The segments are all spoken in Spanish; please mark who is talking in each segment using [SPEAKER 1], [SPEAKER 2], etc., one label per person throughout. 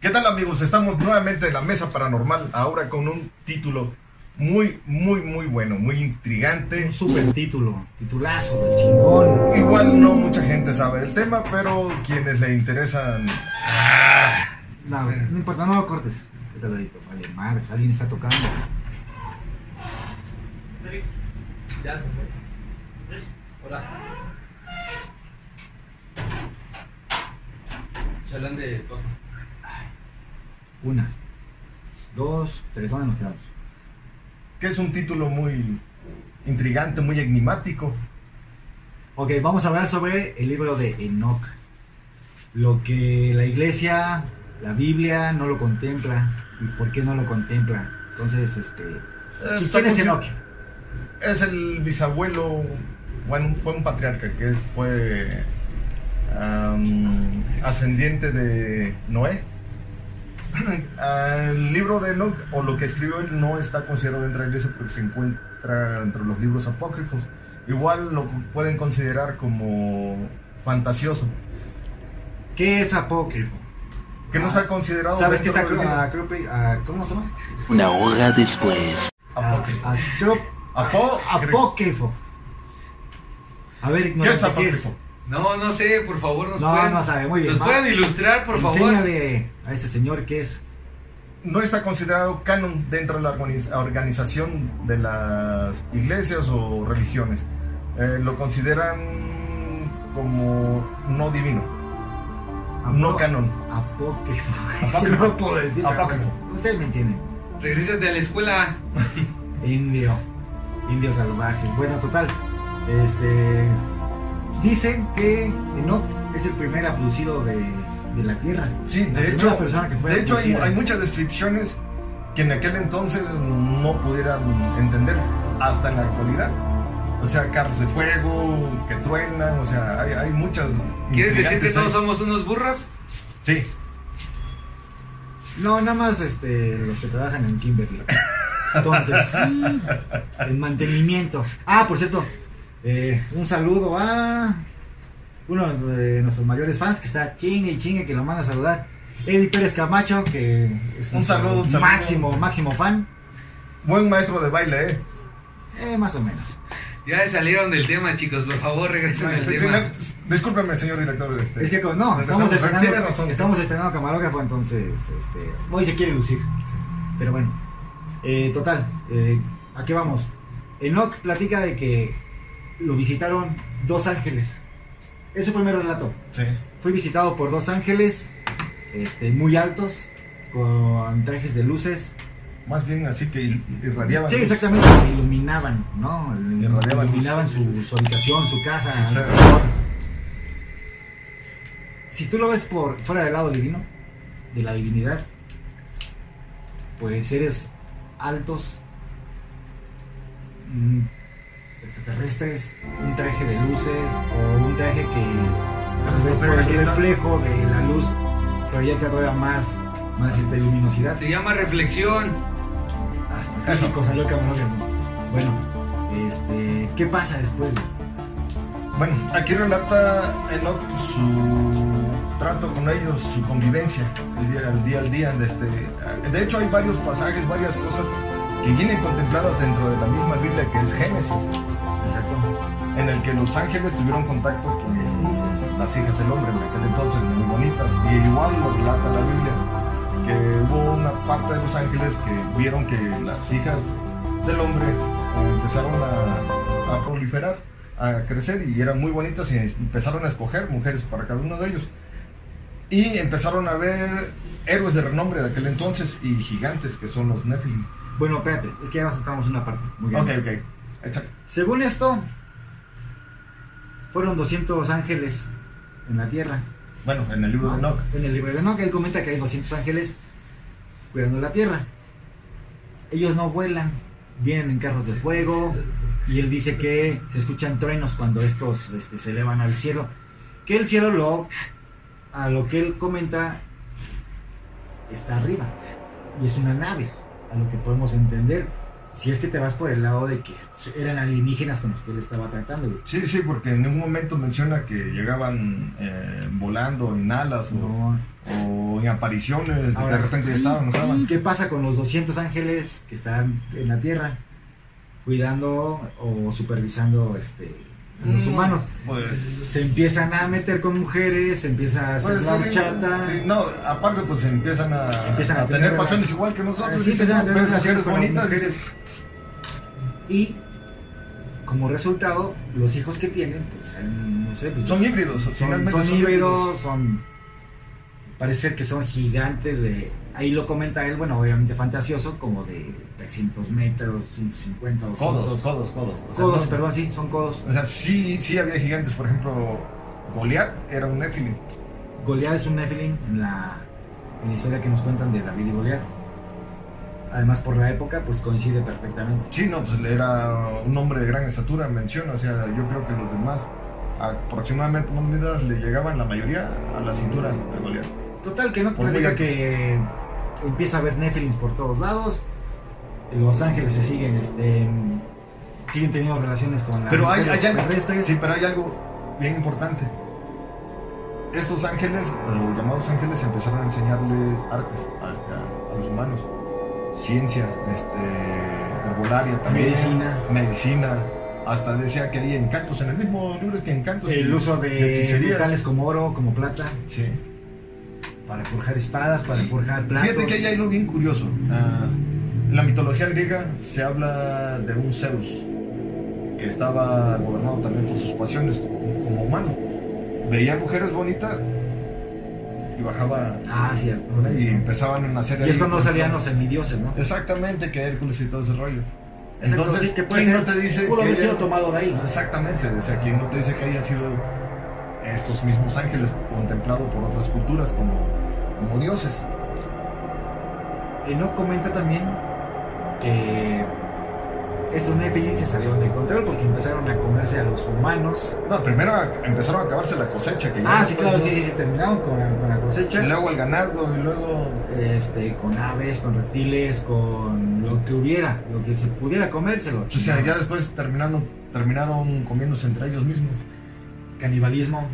[SPEAKER 1] ¿Qué tal amigos? Estamos nuevamente en la mesa paranormal, ahora con un título muy, muy, muy bueno, muy intrigante.
[SPEAKER 2] Un super título, titulazo del chingón.
[SPEAKER 1] Igual no mucha gente sabe del tema, pero quienes le interesan...
[SPEAKER 2] No, no importa, no lo cortes. Yo te lo edito. Vale, madres, alguien está tocando.
[SPEAKER 3] Ya se fue. Hola. Chalán de Paco.
[SPEAKER 2] Una, dos, tres, ¿dónde nos quedamos?
[SPEAKER 1] que es un título muy intrigante, muy enigmático.
[SPEAKER 2] Ok, vamos a hablar sobre el libro de Enoch. Lo que la iglesia, la Biblia no lo contempla y por qué no lo contempla. Entonces, este, ¿qui-
[SPEAKER 1] Eh, pues, Está
[SPEAKER 2] ¿quién es
[SPEAKER 1] consi-
[SPEAKER 2] Enoch?
[SPEAKER 1] Es el bisabuelo, bueno, fue un patriarca que es- fue am, ascendiente de Noé. Ah, el libro de Enoch, o lo que escribió él, no está considerado dentro de la iglesia porque se encuentra entre los libros apócrifos. Igual lo pueden considerar como fantasioso,
[SPEAKER 2] ¿Qué es apócrifo?
[SPEAKER 1] que no está considerado
[SPEAKER 2] Ah, ¿Sabes qué es
[SPEAKER 1] dentro del
[SPEAKER 2] acro-
[SPEAKER 1] libro
[SPEAKER 2] acrope- a- ¿Cómo se llama? Ah,
[SPEAKER 4] Una hora después.
[SPEAKER 1] apócrifo.
[SPEAKER 2] A- acro-
[SPEAKER 1] Apó-
[SPEAKER 2] apócrifo. A ver,
[SPEAKER 1] ¿Qué
[SPEAKER 2] ignorante,
[SPEAKER 1] es apócrifo?
[SPEAKER 3] No, no sé, por favor, nos
[SPEAKER 2] No,
[SPEAKER 3] pueden.
[SPEAKER 2] no sabe, muy bien,
[SPEAKER 3] Nos
[SPEAKER 2] va.
[SPEAKER 3] pueden ilustrar, por favor.
[SPEAKER 2] Enséñale a este señor qué es.
[SPEAKER 1] no está considerado canon dentro de la organiz- organización de las iglesias o religiones. Eh, lo consideran como no divino, no
[SPEAKER 2] Apó-
[SPEAKER 1] canon.
[SPEAKER 2] Apócrifo.
[SPEAKER 1] Apócrifo.
[SPEAKER 2] No lo puedo decir.
[SPEAKER 1] Apócrifo.
[SPEAKER 2] Ustedes me entienden.
[SPEAKER 3] Regrésate a la escuela.
[SPEAKER 2] Indio. Indio salvaje. Bueno, total. Este. Dicen que Enoch es el primer abducido de, de la tierra.
[SPEAKER 1] Sí,
[SPEAKER 2] La
[SPEAKER 1] de
[SPEAKER 2] primera
[SPEAKER 1] hecho,
[SPEAKER 2] persona que fue
[SPEAKER 1] de hecho hay,
[SPEAKER 2] abducida.
[SPEAKER 1] hay muchas descripciones que en aquel entonces no pudieran entender hasta en la actualidad. O sea, carros de fuego, que truenan, o sea, hay, hay muchas...
[SPEAKER 3] ¿Quieres decir que
[SPEAKER 1] intrigantes
[SPEAKER 3] todos
[SPEAKER 1] ahí.
[SPEAKER 3] somos unos burros?
[SPEAKER 1] Sí,
[SPEAKER 2] No, nada más este, los que trabajan en Kimberly. Entonces, el mantenimiento. Ah, por cierto, eh, un saludo a uno de nuestros mayores fans que está chingue y chingue que lo manda a saludar. Eddie Pérez Camacho, que es
[SPEAKER 1] Un
[SPEAKER 2] nuestro
[SPEAKER 1] saludo, un saludo.
[SPEAKER 2] máximo, máximo fan.
[SPEAKER 1] buen maestro de baile, ¿eh?
[SPEAKER 2] Eh, más o menos.
[SPEAKER 3] Ya salieron del tema, chicos. Por favor, regresen al
[SPEAKER 1] Este,
[SPEAKER 3] tema.
[SPEAKER 1] tiene- discúlpeme, señor director. Este,
[SPEAKER 2] Es que como- no,
[SPEAKER 1] empezamos,
[SPEAKER 2] estamos
[SPEAKER 1] pero
[SPEAKER 2] estrenando,
[SPEAKER 1] Tiene razón.
[SPEAKER 2] estamos estrenando camarógrafo, entonces este, hoy se quiere lucir. Pero bueno, eh, total, eh, ¿a qué vamos? Enoch platica de que lo visitaron dos ángeles. Es su primer relato.
[SPEAKER 1] Sí.
[SPEAKER 2] Fue visitado por dos ángeles este, muy altos, con trajes de luces.
[SPEAKER 1] Más bien así que ir- irradiaban.
[SPEAKER 2] Sí,
[SPEAKER 1] luz.
[SPEAKER 2] exactamente, iluminaban, ¿no?
[SPEAKER 1] Irradiaban luz.
[SPEAKER 2] Iluminaban su, su habitación, su casa.
[SPEAKER 1] O sea,
[SPEAKER 2] si tú lo ves por fuera del lado divino, de la divinidad, pues seres altos, mm, extraterrestres, un traje de luces o un traje que tal vez por el
[SPEAKER 1] Transmute-
[SPEAKER 2] reflejo de la luz, pero ya te otorga más, más esta luminosidad.
[SPEAKER 3] Se llama reflexión.
[SPEAKER 2] Hasta Ah, casi
[SPEAKER 1] Eso.
[SPEAKER 2] salió el camarógrafo. Bueno, este, ¿qué pasa después? güey?
[SPEAKER 1] Bueno, aquí relata Enoch su trato con ellos, su convivencia, el día al día, al día. De, este, de hecho, hay varios pasajes, varias cosas que vienen contempladas dentro de la misma Biblia que es Génesis,
[SPEAKER 2] Exacto.
[SPEAKER 1] en el que los ángeles tuvieron contacto con las hijas del hombre en aquel entonces, muy bonitas, y igual lo relata la Biblia. que hubo una parte de los ángeles que vieron que las hijas del hombre eh, empezaron a, a proliferar, a crecer y eran muy bonitas y empezaron a escoger mujeres para cada uno de ellos. Y empezaron a ver héroes de renombre de aquel entonces y gigantes que son los Nephilim.
[SPEAKER 2] Bueno, espérate, es que ya nos saltamos una parte. Muy bien.
[SPEAKER 1] Ok, ok. Échale.
[SPEAKER 2] Según esto, fueron 200 ángeles en la tierra.
[SPEAKER 1] Bueno, en el libro de Enoch.
[SPEAKER 2] En el libro de Enoch, él comenta que hay 200 ángeles cuidando la tierra. Ellos no vuelan, vienen en carros de fuego. Y él dice que se escuchan truenos cuando estos este, se elevan al cielo. Que el cielo lo. A lo que él comenta, está arriba. Y es una nave, a lo que podemos entender. Si es que te vas por el lado de que eran alienígenas con los que él estaba tratando, güey.
[SPEAKER 1] Sí, sí, porque en ningún momento menciona que llegaban eh, volando en alas o,
[SPEAKER 2] No.
[SPEAKER 1] o en apariciones, de que
[SPEAKER 2] Ahora,
[SPEAKER 1] de repente ya estaban, no estaban.
[SPEAKER 2] ¿Qué pasa con los 200 ángeles que están en la Tierra cuidando o supervisando este, a los
[SPEAKER 1] Mm,
[SPEAKER 2] humanos?
[SPEAKER 1] Pues.
[SPEAKER 2] Se empiezan a meter con mujeres, se empieza a hacer
[SPEAKER 1] pues,
[SPEAKER 2] la
[SPEAKER 1] sí,
[SPEAKER 2] horchata.
[SPEAKER 1] sí, no, aparte pues empiezan a,
[SPEAKER 2] Empiezan a
[SPEAKER 1] a tener,
[SPEAKER 2] tener
[SPEAKER 1] pasiones
[SPEAKER 2] relaciones.
[SPEAKER 1] igual que nosotros.
[SPEAKER 2] Sí,
[SPEAKER 1] dicen,
[SPEAKER 2] empiezan a
[SPEAKER 1] "No,
[SPEAKER 2] tener
[SPEAKER 1] ves
[SPEAKER 2] relaciones
[SPEAKER 1] mujeres
[SPEAKER 2] con las
[SPEAKER 1] bonitas",
[SPEAKER 2] mujeres.
[SPEAKER 1] dices,
[SPEAKER 2] Y como resultado, los hijos que tienen, pues salen, no sé, pues,
[SPEAKER 1] son híbridos,
[SPEAKER 2] son,
[SPEAKER 1] finalmente
[SPEAKER 2] son
[SPEAKER 1] son
[SPEAKER 2] híbridos, son. Parece ser que son gigantes de. Ahí lo comenta él, bueno, obviamente fantasioso, como de 300 metros, 150, 200.
[SPEAKER 1] Codos, codos, codos. O sea,
[SPEAKER 2] Codos,
[SPEAKER 1] no-
[SPEAKER 2] perdón, sí, son codos.
[SPEAKER 1] O sea, sí, sí había gigantes, por ejemplo, Goliat era un Nephilim.
[SPEAKER 2] Goliath es un Nephilim en la, en la historia que nos cuentan de David y Goliath. Además, por la época, pues coincide perfectamente.
[SPEAKER 1] Sí, no, pues era un hombre de gran estatura, menciona, o sea, yo creo que los demás aproximadamente no me das, le llegaban la mayoría a la cintura de Goliat.
[SPEAKER 2] Total, que no
[SPEAKER 1] Por
[SPEAKER 2] diga
[SPEAKER 1] muy
[SPEAKER 2] que empieza a haber Nephilims por todos lados. Los ángeles se siguen, este, siguen teniendo relaciones con las
[SPEAKER 1] Pero hay,
[SPEAKER 2] mujeres
[SPEAKER 1] hay algo,
[SPEAKER 2] terrestres.
[SPEAKER 1] sí, pero hay algo bien importante. Estos ángeles, eh, los llamados ángeles, empezaron a enseñarle artes a, este- a los humanos, ciencia, este, herbolaria también,
[SPEAKER 2] Medicina.
[SPEAKER 1] medicina, hasta decía que hay encantos, en el mismo libro es que encantos, y-
[SPEAKER 2] el uso
[SPEAKER 1] y
[SPEAKER 2] de
[SPEAKER 1] hechicerías.
[SPEAKER 2] metales como oro, como plata,
[SPEAKER 1] Sí.
[SPEAKER 2] para forjar espadas, para forjar platos.
[SPEAKER 1] Fíjate que hay algo bien curioso. Ah, en la mitología griega se habla de un Zeus que estaba gobernado también por sus pasiones como humano. Veía mujeres bonitas y bajaba
[SPEAKER 2] Ah, cierto.
[SPEAKER 1] o sea, y empezaban a nacer
[SPEAKER 2] Y es
[SPEAKER 1] ahí.
[SPEAKER 2] cuando salían los semidioses, ¿no?
[SPEAKER 1] Exactamente, que Hércules y todo ese rollo.
[SPEAKER 2] Exacto,
[SPEAKER 1] Entonces,
[SPEAKER 2] sí, es que puede
[SPEAKER 1] ¿quién
[SPEAKER 2] ser-
[SPEAKER 1] no te dice
[SPEAKER 2] pudo
[SPEAKER 1] que
[SPEAKER 2] haber
[SPEAKER 1] ella-
[SPEAKER 2] sido tomado de ahí.
[SPEAKER 1] Exactamente, o sea, quien no te dice que hayan sido estos mismos ángeles contemplados por otras culturas como, como dioses.
[SPEAKER 2] Enoch comenta también que estos Nephilim se salieron de control porque empezaron a comerse a los humanos.
[SPEAKER 1] No, primero a- empezaron a acabarse la cosecha. Que ya
[SPEAKER 2] Ah, sí,
[SPEAKER 1] después
[SPEAKER 2] claro,
[SPEAKER 1] no-
[SPEAKER 2] sí, sí, sí, terminaron con, con la cosecha.
[SPEAKER 1] Y luego el ganado y luego...
[SPEAKER 2] Este, con aves, con reptiles, con lo que hubiera, lo que se pudiera comérselo.
[SPEAKER 1] pues, O sea, ya después terminando, terminaron comiéndose entre ellos mismos.
[SPEAKER 2] Canibalismo.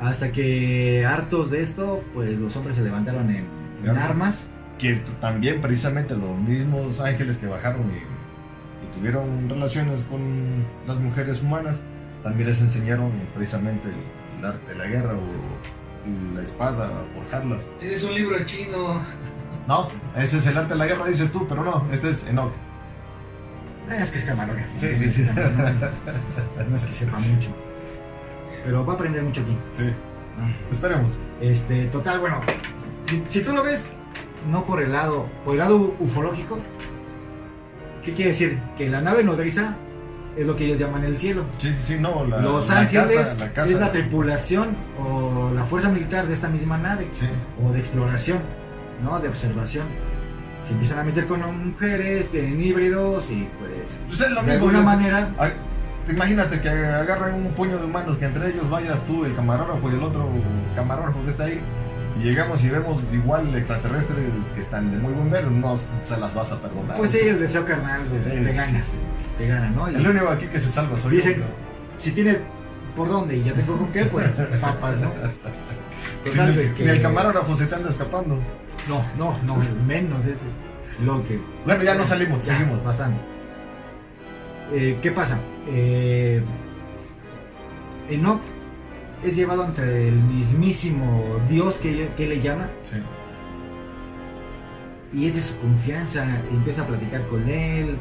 [SPEAKER 2] Hasta que hartos de esto, pues los hombres se levantaron en, en
[SPEAKER 1] Armas.
[SPEAKER 2] armas.
[SPEAKER 1] Que también precisamente los mismos ángeles que bajaron y, y tuvieron relaciones con las mujeres humanas, también les enseñaron precisamente el, el arte de la guerra o la espada, forjarlas.
[SPEAKER 3] Ese es un libro chino.
[SPEAKER 1] No, ese es el arte de la guerra, dices tú, pero no, este es Enoch.
[SPEAKER 2] Ah, Es que es camarógrafo.
[SPEAKER 1] Sí, sí, sí.
[SPEAKER 2] No es que sepa mucho. Pero va a aprender mucho aquí.
[SPEAKER 1] Sí,
[SPEAKER 2] Ah.
[SPEAKER 1] esperemos.
[SPEAKER 2] Este, total, bueno, si, si tú lo ves, no por el lado, por el lado u- ufológico, ¿qué quiere decir? Que la nave nodriza es lo que ellos llaman el cielo.
[SPEAKER 1] Sí, sí, sí, no, la,
[SPEAKER 2] Los
[SPEAKER 1] la casa-
[SPEAKER 2] ángeles
[SPEAKER 1] la casa-
[SPEAKER 2] es la tripulación o la fuerza militar de esta misma nave,
[SPEAKER 1] Sí.
[SPEAKER 2] o de exploración, ¿no? De observación. Se empiezan a meter con mujeres, tienen híbridos y pues...
[SPEAKER 1] Pues es lo
[SPEAKER 2] De
[SPEAKER 1] mismo.
[SPEAKER 2] alguna
[SPEAKER 1] ya-
[SPEAKER 2] manera...
[SPEAKER 1] Ay, Imagínate que agarran un puño de humanos, que entre ellos vayas tú, el camarógrafo y el otro camarógrafo que está ahí. Y llegamos y vemos igual extraterrestres que están de muy buen ver, no se las vas a perdonar.
[SPEAKER 2] Pues sí, el deseo carnal pues,
[SPEAKER 1] Sí,
[SPEAKER 2] te
[SPEAKER 1] sí,
[SPEAKER 2] gana,
[SPEAKER 1] sí,
[SPEAKER 2] te gana, ¿no? Y-
[SPEAKER 1] El único aquí que se salva soy
[SPEAKER 2] Dicen-
[SPEAKER 1] yo.
[SPEAKER 2] si tiene por dónde y yo tengo con qué, pues papas, ¿no?
[SPEAKER 1] pero-
[SPEAKER 2] Total,
[SPEAKER 1] Sí,
[SPEAKER 2] güey,
[SPEAKER 1] ni,
[SPEAKER 2] que-
[SPEAKER 1] ni el camarógrafo se te anda escapando.
[SPEAKER 2] No, no, no, menos ese. Lo que.
[SPEAKER 1] Bueno, ya no salimos,
[SPEAKER 2] Ya,
[SPEAKER 1] seguimos.
[SPEAKER 2] Bastante. Eh, ¿Qué pasa? Eh, Enoch es llevado ante el mismísimo Dios que, que le llama
[SPEAKER 1] Sí.
[SPEAKER 2] y es de su confianza. Empieza a platicar con él.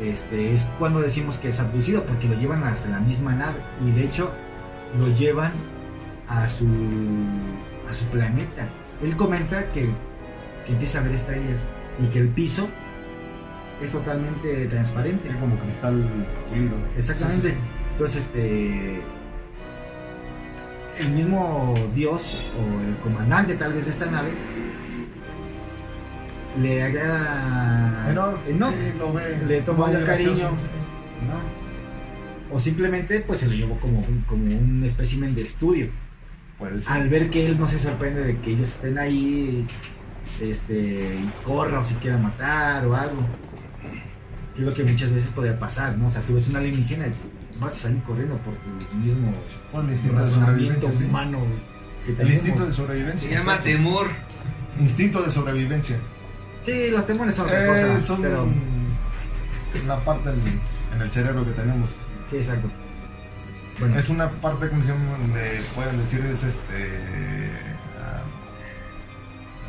[SPEAKER 2] Este, es cuando decimos que es abducido porque lo llevan hasta la misma nave y de hecho lo llevan a su a su planeta. Él comenta que, que empieza a ver estrellas y que el piso es totalmente transparente.
[SPEAKER 1] Tiene como cristal pulido.
[SPEAKER 2] Exactamente.
[SPEAKER 1] Sí, sí,
[SPEAKER 2] Entonces, este. El mismo dios o el comandante, tal vez, de esta nave le agrada.
[SPEAKER 1] sí. Enoch,
[SPEAKER 2] Enoch,
[SPEAKER 1] sí, lo ve.
[SPEAKER 2] Ah, eh, le toma
[SPEAKER 1] Vaya
[SPEAKER 2] un cariño.
[SPEAKER 1] gracioso, sí.
[SPEAKER 2] ¿no? O simplemente, pues se lo llevó como un, como un espécimen de estudio.
[SPEAKER 1] Puede ser.
[SPEAKER 2] Al ver que él no se sorprende de que ellos estén ahí, este, y corra o se quiera matar o algo. que es lo que muchas veces podría pasar, ¿no? O sea, tú ves una alienígena y vas a salir corriendo por tu mismo
[SPEAKER 1] Bueno, el instinto de
[SPEAKER 2] razonamiento
[SPEAKER 1] sobrevivencia. sí.
[SPEAKER 2] humano que
[SPEAKER 1] El
[SPEAKER 2] tenemos.
[SPEAKER 1] instinto de
[SPEAKER 3] Se
[SPEAKER 1] sobrevivencia.
[SPEAKER 3] llama
[SPEAKER 1] exacto.
[SPEAKER 3] temor.
[SPEAKER 1] Instinto de sobrevivencia.
[SPEAKER 2] Sí, los temores son otra
[SPEAKER 1] Eh,
[SPEAKER 2] cosa,
[SPEAKER 1] son
[SPEAKER 2] pero...
[SPEAKER 1] la parte en, en el cerebro que tenemos.
[SPEAKER 2] Sí, exacto. Bueno,
[SPEAKER 1] Es una parte, como se llama, donde pueden decir es este.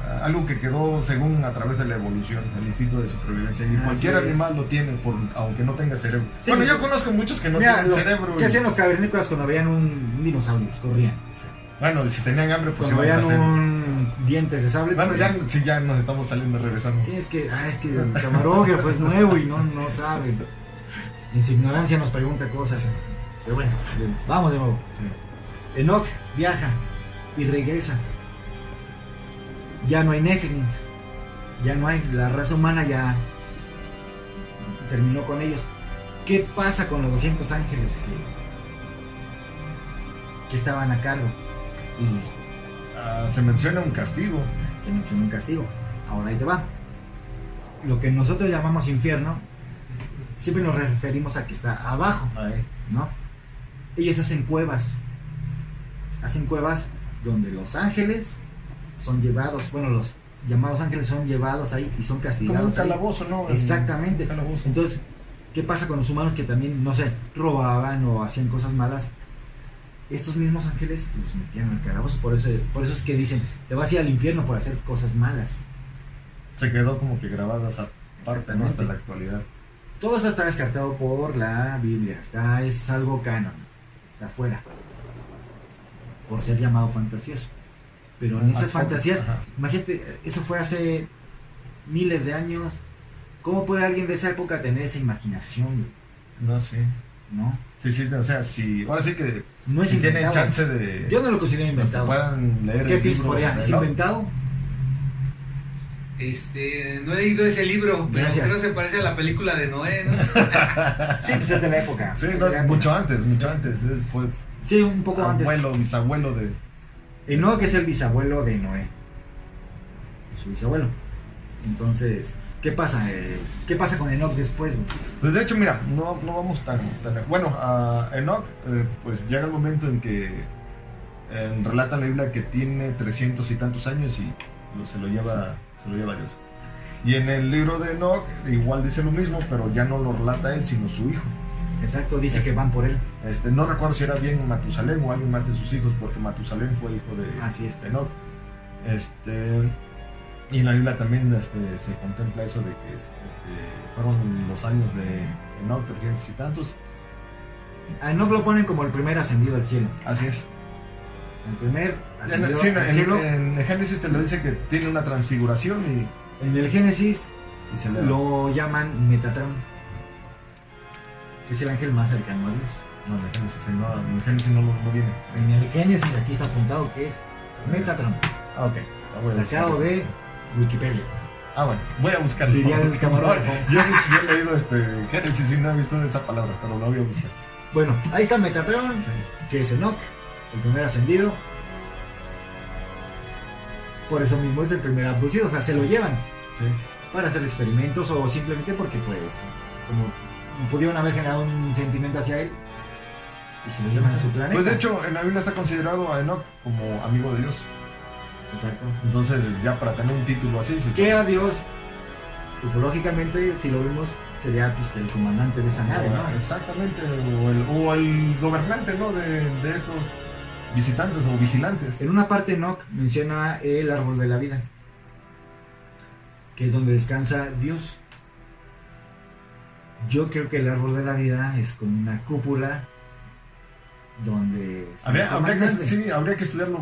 [SPEAKER 1] ah, Algo que quedó según a través de la evolución, el instinto de sobrevivencia. Y
[SPEAKER 2] Así
[SPEAKER 1] cualquier
[SPEAKER 2] es.
[SPEAKER 1] animal lo tiene, por, aunque no tenga cerebro.
[SPEAKER 2] Sí,
[SPEAKER 1] bueno,
[SPEAKER 2] pero-
[SPEAKER 1] yo conozco muchos que no
[SPEAKER 2] mira,
[SPEAKER 1] tienen
[SPEAKER 2] los-
[SPEAKER 1] cerebro.
[SPEAKER 2] ¿qué
[SPEAKER 1] y-
[SPEAKER 2] hacían los cavernícolas cuando veían un, un dinosaurio? Pues corrían.
[SPEAKER 1] Bueno, si tenían hambre, pues
[SPEAKER 2] cuando
[SPEAKER 1] iban a
[SPEAKER 2] veían
[SPEAKER 1] hacer.
[SPEAKER 2] un dientes de sable...
[SPEAKER 1] Bueno, ya,
[SPEAKER 2] corrían.
[SPEAKER 1] sí, ya nos estamos saliendo, regresando.
[SPEAKER 2] Sí, es que, ah, es que el camarógrafo es nuevo y no, no sabe. En su ignorancia nos pregunta cosas. Pero bueno, vamos de nuevo. Enoch viaja y regresa. Ya no hay Nephilims. Ya no hay. La raza humana ya terminó con ellos. ¿Qué pasa con los 200 ángeles que- que estaban a cargo? Y
[SPEAKER 1] Ah, se menciona un castigo.
[SPEAKER 2] se menciona un castigo. Ahora ahí te va. Lo que nosotros llamamos infierno, siempre nos referimos a que está abajo,
[SPEAKER 1] Ahí.
[SPEAKER 2] ¿no? Ellos hacen cuevas. Hacen cuevas donde los ángeles son llevados, bueno, los llamados ángeles son llevados ahí y
[SPEAKER 1] Como
[SPEAKER 2] son
[SPEAKER 1] un
[SPEAKER 2] castigados. ahí.
[SPEAKER 1] calabozo, ¿no?
[SPEAKER 2] Exactamente.
[SPEAKER 1] Un calabozo.
[SPEAKER 2] Entonces, ¿qué pasa con los humanos que también, no sé, robaban o hacían cosas malas? Estos mismos ángeles los metían al calabozo, por eso, por eso es que dicen, te vas a ir al infierno por hacer cosas malas.
[SPEAKER 1] se quedó como que grabada esa parte, ¿no? Hasta la actualidad.
[SPEAKER 2] Todo eso está descartado por la Biblia, está, es algo canon, está fuera, por ser llamado fantasioso. Pero en esas
[SPEAKER 1] Ajá.
[SPEAKER 2] fantasías,
[SPEAKER 1] Ajá.
[SPEAKER 2] imagínate, eso fue hace miles de años. ¿Cómo puede alguien de esa época tener esa imaginación?
[SPEAKER 1] No, sí.
[SPEAKER 2] ¿No?
[SPEAKER 1] Sí, sí, o sea, si ahora sí que
[SPEAKER 2] No es
[SPEAKER 1] si tienen
[SPEAKER 2] inventado.
[SPEAKER 1] chance de
[SPEAKER 2] Yo no lo considero
[SPEAKER 1] los que
[SPEAKER 2] inventado.
[SPEAKER 1] puedan leer
[SPEAKER 2] ¿Qué
[SPEAKER 1] el
[SPEAKER 2] piensas,
[SPEAKER 1] libro.
[SPEAKER 2] Corea? ¿Es
[SPEAKER 1] el-
[SPEAKER 2] inventado?
[SPEAKER 3] Este, no he leído ese libro, pero
[SPEAKER 2] Gracias.
[SPEAKER 3] creo que se parece a la película de Noé, ¿no?
[SPEAKER 2] Sí, pues es de la época.
[SPEAKER 1] Sí,
[SPEAKER 2] Es de
[SPEAKER 1] no,
[SPEAKER 2] la época.
[SPEAKER 1] mucho antes, mucho antes. es- fue
[SPEAKER 2] Sí, un poco antes.
[SPEAKER 1] abuelo, bisabuelo de.
[SPEAKER 2] Enoch es el bisabuelo de Noé. Es su bisabuelo. Entonces, ¿qué pasa? eh? ¿Qué pasa con Enoch después? güey?
[SPEAKER 1] Pues de hecho, mira, no, no vamos tan, tan- Bueno, a Enoch, eh, pues llega el momento en que eh, relata la Biblia que tiene 300 y tantos años y lo- se, lo lleva, se lo lleva Dios. Y en el libro de Enoch, igual dice lo mismo, pero ya no lo relata él, sino su hijo.
[SPEAKER 2] Exacto, dice que van por él.
[SPEAKER 1] Este, no recuerdo si era bien Matusalén o alguien más de sus hijos, porque Matusalén fue hijo de
[SPEAKER 2] Así es.
[SPEAKER 1] de Enoch. Este, y en la Biblia también este, se contempla eso de que este, fueron los años de Enoch, 300 y tantos.
[SPEAKER 2] A Enoch lo ponen como el primer ascendido al cielo.
[SPEAKER 1] Así es.
[SPEAKER 2] El primer
[SPEAKER 1] En,
[SPEAKER 2] ascendido
[SPEAKER 1] sí, en-
[SPEAKER 2] al cielo.
[SPEAKER 1] en- en Génesis te lo dice que tiene una transfiguración y,
[SPEAKER 2] En el Génesis
[SPEAKER 1] y se le
[SPEAKER 2] lo llaman Metatrón, que es el ángel más cercano a Dios.
[SPEAKER 1] No, en Génesis, no, en Génesis no, lo- no viene.
[SPEAKER 2] En el Génesis aquí está apuntado que es Metatron,
[SPEAKER 1] Ah, ok. Ah, voy a
[SPEAKER 2] sacado
[SPEAKER 1] buscar eso.
[SPEAKER 2] de Wikipedia.
[SPEAKER 1] Ah, bueno, voy a buscarlo.
[SPEAKER 2] Diría el camarógrafo.
[SPEAKER 1] Yo, yo he leído este, Génesis y no he visto esa palabra, pero lo voy a buscar.
[SPEAKER 2] Bueno, ahí está Metatron,
[SPEAKER 1] Sí.
[SPEAKER 2] que es Enoch, el primer ascendido. Por eso mismo es el primer abducido, o sea, se lo llevan
[SPEAKER 1] Sí.
[SPEAKER 2] para hacer experimentos o simplemente porque pues, como pudieron haber generado un sentimiento hacia él y se lo llevan a su planeta.
[SPEAKER 1] Pues de hecho, en la Biblia está considerado a Enoch como amigo de Dios.
[SPEAKER 2] exacto.
[SPEAKER 1] Entonces, ya para tener un título así, sí.
[SPEAKER 2] Que a Dios, ufológicamente, si lo vemos, sería pues, el comandante de esa nave, ¿no?
[SPEAKER 1] Exactamente, o el, o el gobernante, ¿no? De, de estos visitantes o vigilantes.
[SPEAKER 2] En una parte Enoch menciona el árbol de la vida, que es donde descansa Dios. Yo creo que el árbol de la vida es como una cúpula donde... está el
[SPEAKER 1] Habría, habría que,
[SPEAKER 2] comandante.
[SPEAKER 1] sí, habría que estudiarlo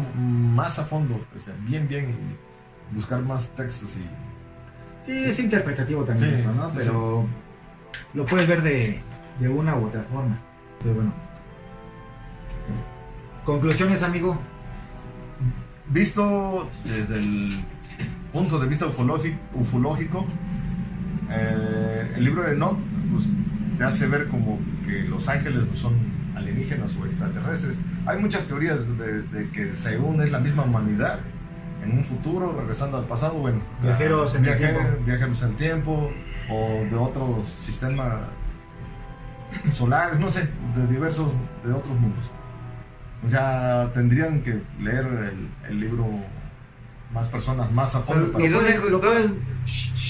[SPEAKER 1] más a fondo, o sea, bien, bien, y buscar más textos y...
[SPEAKER 2] Sí, es interpretativo
[SPEAKER 1] Sí,
[SPEAKER 2] también esto, ¿no?
[SPEAKER 1] sí,
[SPEAKER 2] Pero lo puedes ver de, de una u otra forma. Pero bueno. Conclusiones, amigo.
[SPEAKER 1] Visto desde el punto de vista ufologi- ufológico, eh, el libro de Enoch pues, te hace ver como que los ángeles pues, son alienígenas o extraterrestres. Hay muchas teorías de, de que según es la misma humanidad, en un futuro, regresando al pasado, bueno,
[SPEAKER 2] Viajeros en el
[SPEAKER 1] viaje-
[SPEAKER 2] tiempo.
[SPEAKER 1] viajeros al tiempo, o de otros sistemas solares, no sé, de diversos, de otros mundos. O sea, tendrían que leer el, el libro más personas, más a fondo.
[SPEAKER 2] Lo
[SPEAKER 1] para-
[SPEAKER 3] ¿Y dónde,
[SPEAKER 2] pueden- lo
[SPEAKER 3] dónde-
[SPEAKER 2] pueden-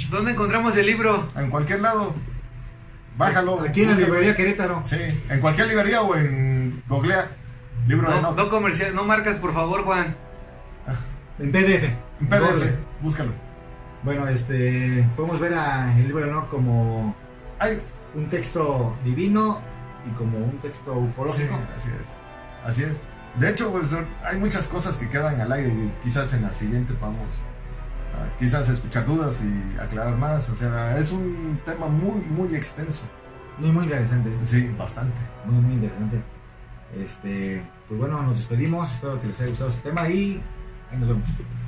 [SPEAKER 3] dónde encontramos el libro?
[SPEAKER 1] en cualquier lado, bájalo.
[SPEAKER 2] Aquí en la
[SPEAKER 1] búscalo.
[SPEAKER 2] librería Querétaro.
[SPEAKER 1] Sí, en cualquier librería o en Googlea, libro de
[SPEAKER 3] No,
[SPEAKER 1] Enoch,
[SPEAKER 3] no comercial, no marcas, por favor, Juan.
[SPEAKER 2] En PDF.
[SPEAKER 1] en PDF,
[SPEAKER 2] Doble.
[SPEAKER 1] búscalo.
[SPEAKER 2] Bueno, este. Podemos ver a el libro de honor como
[SPEAKER 1] Hay,
[SPEAKER 2] un texto divino y como un texto ufológico.
[SPEAKER 1] Sí, así es. Así es. De hecho, pues hay muchas cosas que quedan al aire y quizás en la siguiente vamos a quizás escuchar dudas y aclarar más. O sea, es un tema muy, muy extenso.
[SPEAKER 2] Muy, muy interesante.
[SPEAKER 1] Sí, bastante.
[SPEAKER 2] Muy, muy interesante. Este. Pues bueno, nos despedimos. Espero que les haya gustado este tema y ahí nos vemos.